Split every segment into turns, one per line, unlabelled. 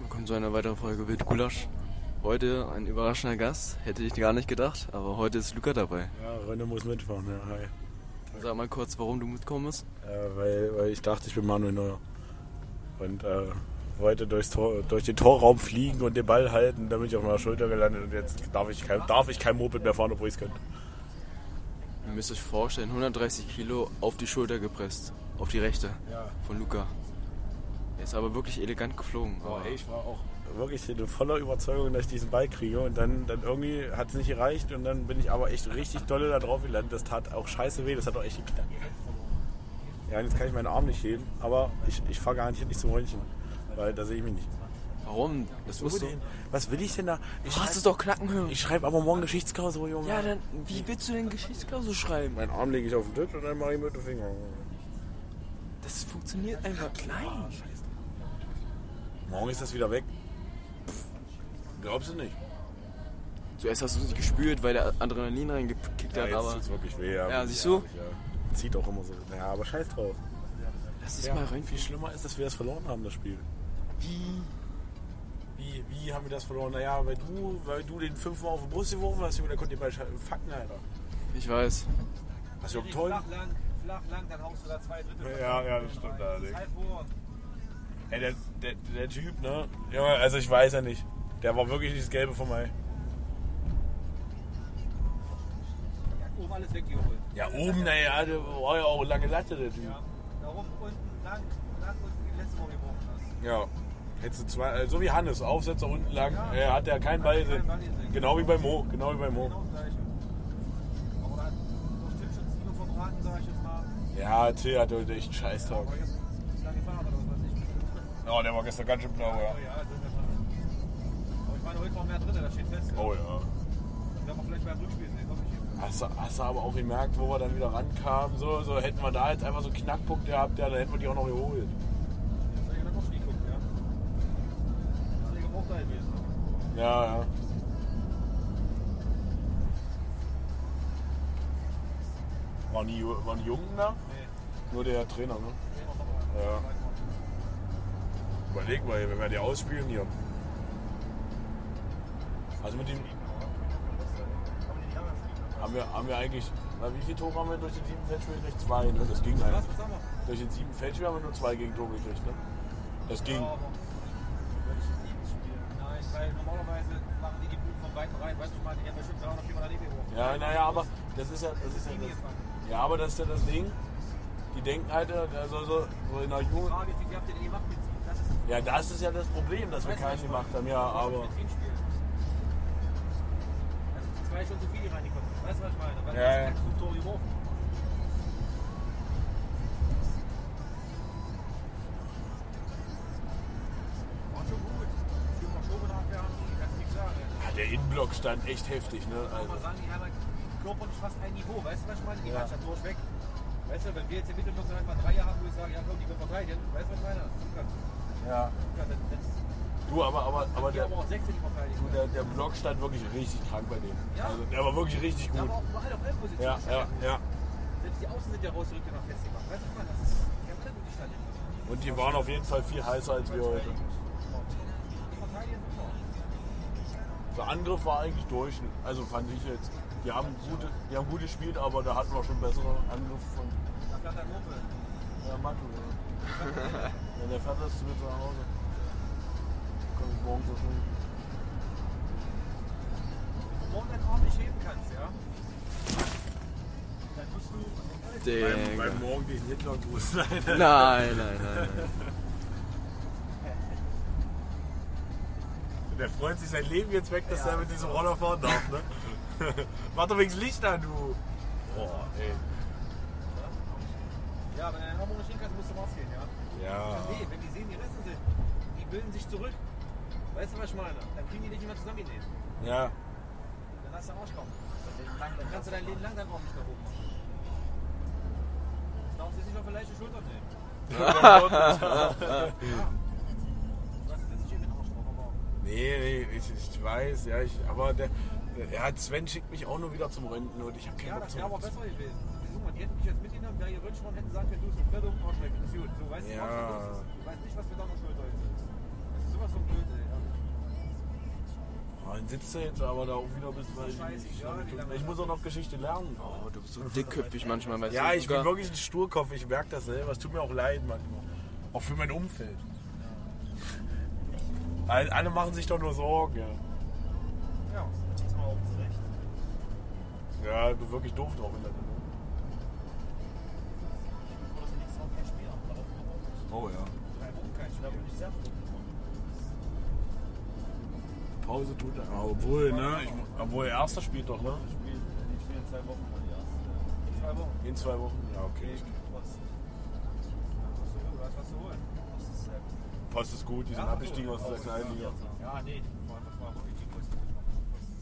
willkommen zu einer weiteren Folge Wild Gulasch. Heute ein überraschender Gast, hätte ich gar nicht gedacht, aber heute ist Luca dabei.
Ja, René muss mitfahren, ja, hi.
Sag mal kurz, warum du mitkommen bist.
Äh, weil, weil ich dachte, ich bin Manuel Neuer. Und äh, wollte durchs Tor, durch den Torraum fliegen und den Ball halten, dann bin ich auf meiner Schulter gelandet und jetzt darf ich kein, darf ich kein Moped mehr fahren, obwohl ich es könnte.
Ihr müsst euch vorstellen, 130 Kilo auf die Schulter gepresst, auf die rechte
Ja.
von Luca. Er ist aber wirklich elegant geflogen. aber
ich war auch wirklich in voller Überzeugung, dass ich diesen Ball kriege und dann, dann irgendwie hat es nicht gereicht und dann bin ich aber echt richtig dolle da drauf gelandet. Das tat auch scheiße weh, das hat auch echt geknackt. Ja, und jetzt kann ich meinen Arm nicht heben, aber ich, ich fahre gar nicht, nicht zum Häuschen, weil da sehe ich mich nicht.
warum? Das musst du.
Was will ich denn da? Ich
Du hast es doch knacken hören.
Ich schreibe aber morgen Geschichtsklausur, Junge.
ja, dann, wie willst du denn Geschichtsklausur schreiben?
Meinen Arm lege ich auf den Tisch und dann mache ich mit dem Finger.
Das funktioniert einfach klein.
Morgen ist das wieder weg. Glaubst du nicht?
Zuerst hast du es nicht gespürt, weil der Adrenalin reingekickt
Ja,
hat,
jetzt
aber
tut's wirklich weh. Ja,
Ja, siehst du?
Ja. Zieht auch immer so. Ja, aber scheiß drauf.
lass es mal rein.
Viel schlimmer ist, dass wir das verloren haben, das Spiel. Wie? Wie, wie haben wir das verloren? Naja, weil du, weil du den fünfmal auf den Brust geworfen hast, Junge, da konnte ihr bei Facken, Alter.
Ich weiß.
Hast du auch toll?
Flach lang, flach lang, dann haust du da zwei Drittel.
Ja, ja, das stimmt allerdings.
Halb hoch.
Ey, der, der, der Typ, ne? Junge, also ich weiß ja nicht. Der war wirklich nicht das Gelbe von mir.
Ja, oben alles weggeholt.
Ja, oben, naja, der war ja auch lange Latte, der Typ.
Ja. Darum unten lang, lang unten die letzte Woche gebrochen hast.
Ja. Hättest du zwei, äh, so wie Hannes, Aufsetzer unten lang, äh, hat er keinen Ball.
keinen Ball gesehen.
Genau wie bei Mo, genau wie bei
Genau
Mo.
das gleiche. Aber da hat doch Tippschutz lieber verbraten, sag ich jetzt mal.
Ja, Till hat heute echt einen Scheißtag.
Aber jetzt ist lange Fahrrad oder was weiß ich.
Ja, der war gestern ganz schön blau, ja.
Oh ja, das ist ja schade. Aber ich meine, heute war mehr Dritte, das steht fest.
Oh ja.
Das werden wir vielleicht beim Rückspiel sehen, hoffe ich jedenfalls.
Hast du, hast du aber auch gemerkt, wo wir dann wieder rankamen, so, so hätten wir da jetzt einfach so einen Knackpunkt gehabt, ja, dann hätten wir die auch noch geholt.
Das werde ich dann auch schon gucken, ja. Das wäre auch da gewesen.
Ja, ja. Waren die, Ju- waren die Jungen da?
Nee,
Nur der Trainer, ne?
nee, noch mal.
Ja. Überleg mal, wenn wir die ausspielen hier. Also mit dem haben wir, haben wir eigentlich, na, wie viele Tore haben wir durch den sieben Feldspiel gekriegt? Zwei, ne? Das ging
Was,
eigentlich.
was haben wir?
Durch den sieben Feldspiel haben wir nur zwei Gegentore gekriegt, ne? Das ging.
Nein, weil normalerweise machen die Gebrüder von beiden rein. Weißt du, ich meine, die haben bestimmt 300, 400 daneben geworfen.
Ja, naja, aber das ist ja das, ist ja das, ja, aber das, ist ja das Ding. Die denken halt, äh, so, so, so in der
Die
Jugend.
Frage ist, wie habt ihr denn gemacht mit Das ist
Ja, das ist ja das Problem, dass wir keinen gemacht haben. Ja, aber.
mit Hinspiel. Also die zwei schon zu viel, die reingekommen sind. Weißt du, was ich meine? Weil
Ja, ja.
du hast fünf Tore geworfen. War schon gut. Die haben auch schon nachher, kannst du nichts sagen.
Ja, der Innenblock stand echt heftig,
Ich
ne? Also,
mal sagen, die haben halt körperlich fast ein Niveau, weißt du, was ich meine? Die
Ja.
Mannschaft durchweg. Weißt du, wenn wir jetzt im Mittelblock dann halt mal drei Jahre haben, wo ich sage, ja komm, die können verteidigen, weißt du, was ich meine? Das ist ganz-
ja.
ja, das- das-
Du, aber, aber, aber
Die
der,
haben auch 16 die verteidigen.
du, der, der Block stand wirklich richtig krank bei dem.
Ja.
Also, der war wirklich richtig
Die
gut.
haben auch überall auf allen Positionen.
Ja, ja,
gestanden.
ja.
Selbst die Außen sind ja rausgerückt und haben festgemacht. Weißt du, was ich meine? Das ist, die haben alle gut gestanden.
Und die waren auf jeden Fall viel heißer als wir heute.
Die verteidigen super.
Der Angriff war eigentlich durch. Also fand ich jetzt. Die haben gute, die haben gut gespielt, aber da hatten wir schon besseren Angriff von
Da fährt der Gruppe.
Ja, Matu. Wenn der fährt, ist zu mit nach Hause. Komm ich morgen so schön.
Wenn du morgen deinen Arm nicht heben kannst, ja? Dann musst du...
Digga.
Morgen den Hitlergruß. Nein.
Nein, nein, nein. nein.
Der freut sich sein Leben jetzt weg, dass er mit diesem Roller fahren darf, ne? Mach doch wenigstens Licht an, du! Boah, ey.
Ja, wenn du deinen Arm nicht heben kannst, musst du rausgehen, ja?
Ah. Ja.
Nee, wenn die sehen, die Rissen sind, die bilden sich zurück. Weißt du, was ich meine? Dann kriegen die dich nicht mehr zusammengenäht.
Ja.
Dann hast du Arschkopf. Dann kannst du dein Leben lang deinen Raum nicht nach oben machen. Dann darfst du jetzt nicht auf die leichte Schulter nehmen. Ja. Du hast jetzt nicht immer den Arsch drauf, aber
Nee, nee, ich, ich weiß, ja, ich, aber der, ja, Sven schickt mich auch nur wieder zum Renten und ich hab keinen
ja,
Bock
das
zum
wäre aber besser gewesen. Guck mal, die hätten mich jetzt mitgenommen, wäre gerutscht worden, hätten sagen können, du bist ein Freddo, Arschleck, ist gut. So, weißt du,
Ja.
was los ist. Du weißt nicht, was mit deiner Schulter jetzt ist. Das ist sowas von blöd, ey.
Oh, dann sitzt er jetzt aber da auch wieder ein bisschen.
Scheißegal, wie lange
ich muss auch noch Geschichte lernen.
Oh, du bist so dickköpfig manchmal, weißt
Ja,
du?
ich bin wirklich ein Sturkopf, ich merke das selber. Es tut mir auch leid manchmal. Auch für mein Umfeld. Alle alle machen sich doch nur Sorgen. Ja,
Ja.
ja ich bin wirklich doof drauf. in der Sendung. Oh ja. Pause tut er. Obwohl, ne? Ich, mu- obwohl, erster spielt doch, ne? In zwei Wochen. Ja, okay. Post ist gut, die sind abgestiegen aus der kleinen Liga.
Ja, nee.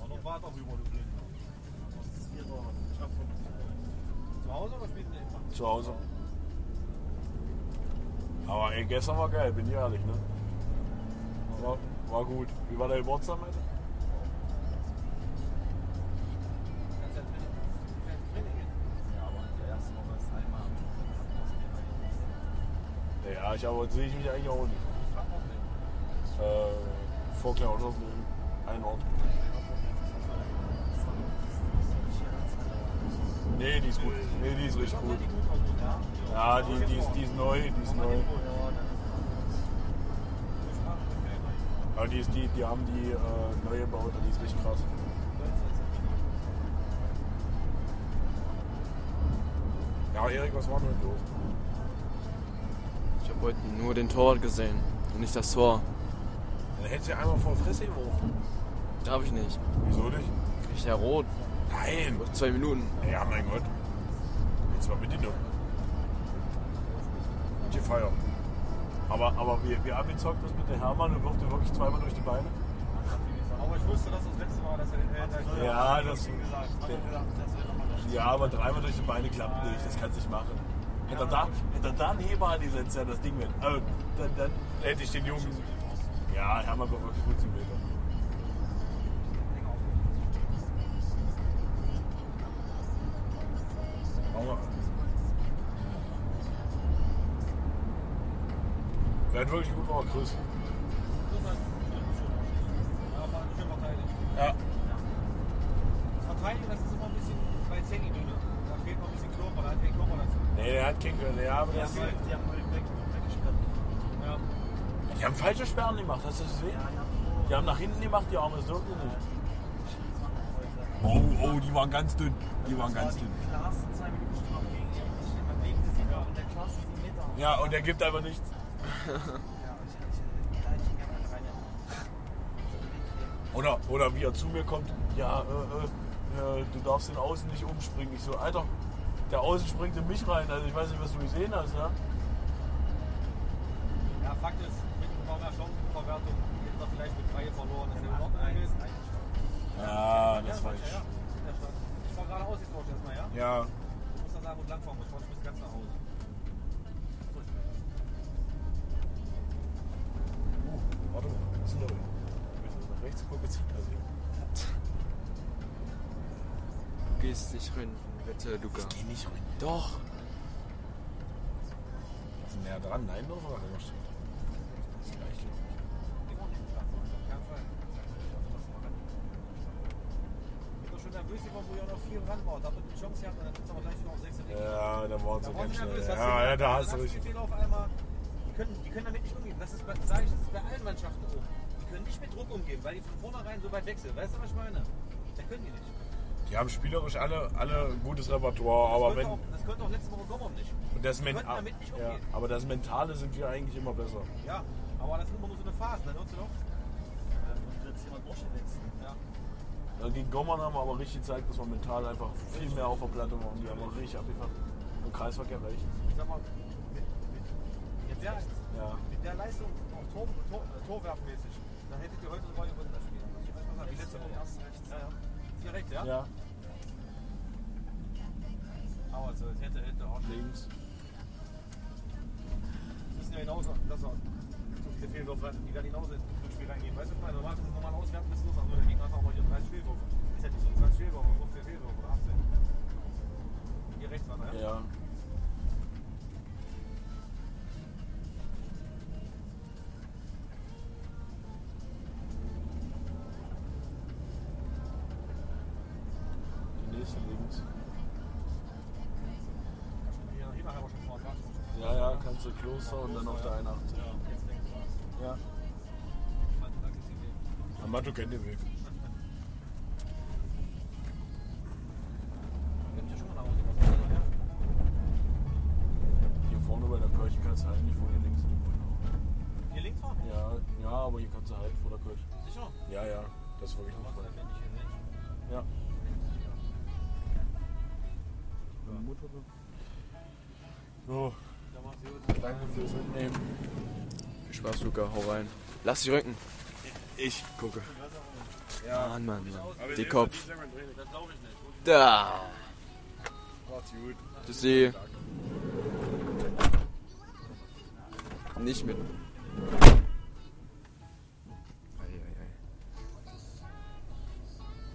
Auch noch weiter rüber, du Blöd. Zu Hause oder spielen die?
Zu Hause. Aber ey, gestern war geil, bin ich ehrlich, ne? War, war gut. Wie war der Geburtstag, Alter? Ja, ich aber sehe ich mich eigentlich auch nicht. Äh, vor Klaunersleben. Ein Ort. Nee, die ist gut. Nee, die ist richtig gut. Ja, die, die, ist, die ist neu, die ist neu. Aber die, ist, die, die haben die äh, neue gebaut und die ist richtig krass. Ja, Erik, was war denn heute los?
Ich habe heute nur den Torwart gesehen und nicht das Tor.
Dann hättest du ja einmal vor die Fresse geworfen.
Darf ich nicht.
Wieso nicht?
Krieg ich ja rot.
Nein.
Zwei Minuten.
Ja, mein Gott. Jetzt mal mit dir nur. Die Feier. Aber, aber wir, wir haben gezockt das mit der Hermann und wirft dir wirklich zweimal durch die Beine.
Aber ich wusste, dass das letzte Mal, dass er den Eltern.
Ja, das. Ja, aber dreimal durch die Beine klappt nicht. Das kannst du nicht machen. Hätte er da, hätte er da einen Heber angesetzt, ja, das Ding mit. Äh, dann, dann hätte ich den Jungen. Ja, Hermann war wirklich gut zum Bilder. Aua. Wer hat wirklich gut war, Chris. Ja.
Verteidigen, das ist immer ein bisschen bei Zähnchen-Dünne. Da fehlt noch ein bisschen Körper, da hat kein Körper dazu.
Nee, der hat keinen Körner. Ja, aber der ist.
Die haben nur den Weg weggesperrt. Ja.
Die haben falsche Sperren gemacht, hast du das gesehen? Die haben nach hinten gemacht, die Arme, das durfte nicht. Oh, oh, die waren ganz dünn. Die waren ganz dünn.
Klaassen zwei Minuten Strafe gegen ihn. Man legte sie da und der Klaas ist im Meter.
Ja, und er gibt einfach nichts.
Ja, ich ich- ja, ich ging gerne rein.
Oder, oder wie er zu mir kommt, ja, äh, äh, äh, du darfst den Außen nicht umspringen. Ich so, Alter, der Außen springt in mich rein. Also ich weiß nicht, was du gesehen hast, ne?
ja, Fakt ist, mit ein paar mehr Chancenverwertung hätten wir vielleicht mit 3 verloren. Das wäre in Ordnung gewesen.
Ja, das war
Ja, ja, ja. Ja, stark. Ich fahre geradeaus jetzt Porsche erstmal, ja?
Ja.
Ich muss da sagen, wo ich langfahren muss. Ich muss ganz nach Hause.
Uh, warte mal, was ist denn da? Wenn ich nach rechts gucke, zieht er sich.
Du gehst nicht rein, wette, Luca.
Geh nicht rein.
Doch.
Was ist denn näher dran? Nein, doch, oder? Das ist gleich, glaub ich.
Ich bin schon nervös, ich war, wo ihr noch vier ranbaut. Da wird eine Chance gehabt und dann sitzt aber gleich wieder auf 6
Ja, da waren sie
Da waren
ganz
sie
schnell.
nervös. hast
Ja,
du-
ja, da hast du
dann
richtig.
die Fehler auf einmal. Die können, die können damit nicht umgehen. Das ist, bei- sag ich, das ist bei allen Mannschaften so. Die können nicht mit Druck umgehen, weil die von vornherein so weit weg sind. Weißt du, was ich meine? Da können die nicht.
Die haben spielerisch alle, alle ein gutes Repertoire, aber
das,
wenn.
könnte auch, das könnte auch letzte Woche Gommer nicht.
und das Men ah,
könnten damit nicht
ja,
umgehen.
aber das Mentale sind wir eigentlich immer besser.
Ja, aber das ist immer nur so eine Phase. Dann hörst du doch. Äh,
Und jetzt jemand durchgewechselt.
Ja.
Ja, Gegen Gommern haben wir aber richtig gezeigt, dass wir mental einfach viel mehr auf der Platte waren. Die haben wir richtig abgefangen. Im Kreisverkehr rechts.
Ich sag mal, mit, mit, jetzt ja,
Ja.
mit der Leistung auch Tor, Tor, äh, torwerfmäßig, dann hättet ihr heute sogar gewonnen das Spiel. Ich weiß mal, wie letzte Woche.
Erst rechts.
Ja, ja. Vier rechts, ja?
Ja,
Aber also, es hätte, hätte auch nicht.
links.
Wir wissen ja genauso, dass er so viele Fehlwürfe hat, die werden genauso ins Spiel reingehen. Weißt du, was ich meine? Normal ist es normal auswerten, bis du sagst, nur der Gegner hat aber hier 30 Fehlwürfe. Ist ja nicht so 20 Fehlwürfe, 15 Fehlwürfe oder 18. Hier rechts war er, ne? ja?
Ja.
ne?
zu Kloster und dann auf der 81. Ja. Amato kennt den Weg. Hier vorne bei der Kirche kannst du halt nicht, wo hier links liegt.
Hier links vorne?
Ja, ja, aber hier kannst du halt vor der Kirche.
Sicher?
Ja, ja, das ist wirklich nicht weit. Ja. So,
Da machst du gut.
danke fürs Mitnehmen.
Viel Spaß, Luca, hau rein. Lass dich röntgen.
Ich gucke.
Mann, Mann, Mann. Die Kopf.
Das glaube ich nicht.
Da.
Macht's gut.
Tschüssi. Nicht mit.